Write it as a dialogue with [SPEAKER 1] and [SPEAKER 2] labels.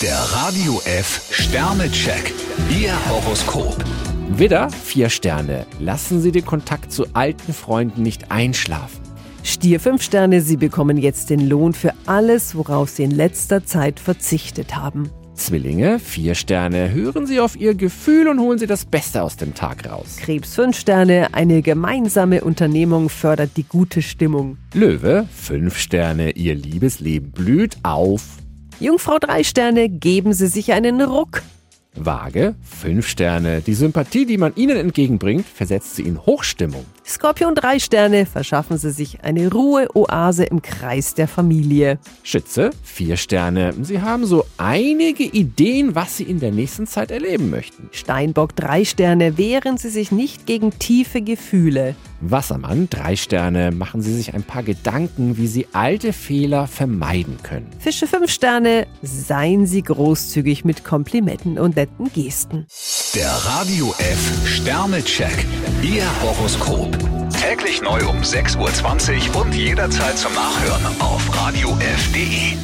[SPEAKER 1] Der Radio F Sternecheck. Ihr Horoskop.
[SPEAKER 2] Widder, vier Sterne. Lassen Sie den Kontakt zu alten Freunden nicht einschlafen.
[SPEAKER 3] Stier 5 Sterne, Sie bekommen jetzt den Lohn für alles, worauf Sie in letzter Zeit verzichtet haben.
[SPEAKER 2] Zwillinge, vier Sterne. Hören Sie auf Ihr Gefühl und holen Sie das Beste aus dem Tag raus.
[SPEAKER 3] Krebs 5 Sterne, eine gemeinsame Unternehmung fördert die gute Stimmung.
[SPEAKER 2] Löwe, fünf Sterne. Ihr Liebesleben blüht auf.
[SPEAKER 3] Jungfrau 3 Sterne, geben Sie sich einen Ruck.
[SPEAKER 2] Waage, fünf Sterne. Die Sympathie, die man Ihnen entgegenbringt, versetzt Sie in Hochstimmung.
[SPEAKER 3] Skorpion 3 Sterne, verschaffen Sie sich eine Ruhe-Oase im Kreis der Familie.
[SPEAKER 2] Schütze, vier Sterne. Sie haben so einige Ideen, was Sie in der nächsten Zeit erleben möchten.
[SPEAKER 3] Steinbock 3 Sterne, wehren Sie sich nicht gegen tiefe Gefühle.
[SPEAKER 2] Wassermann, drei Sterne. Machen Sie sich ein paar Gedanken, wie Sie alte Fehler vermeiden können.
[SPEAKER 3] Fische 5 Sterne, seien Sie großzügig mit Komplimenten und netten Gesten.
[SPEAKER 1] Der Radio F Sternecheck. Ihr Horoskop. Täglich neu um 6.20 Uhr und jederzeit zum Nachhören auf Radio radiof.de.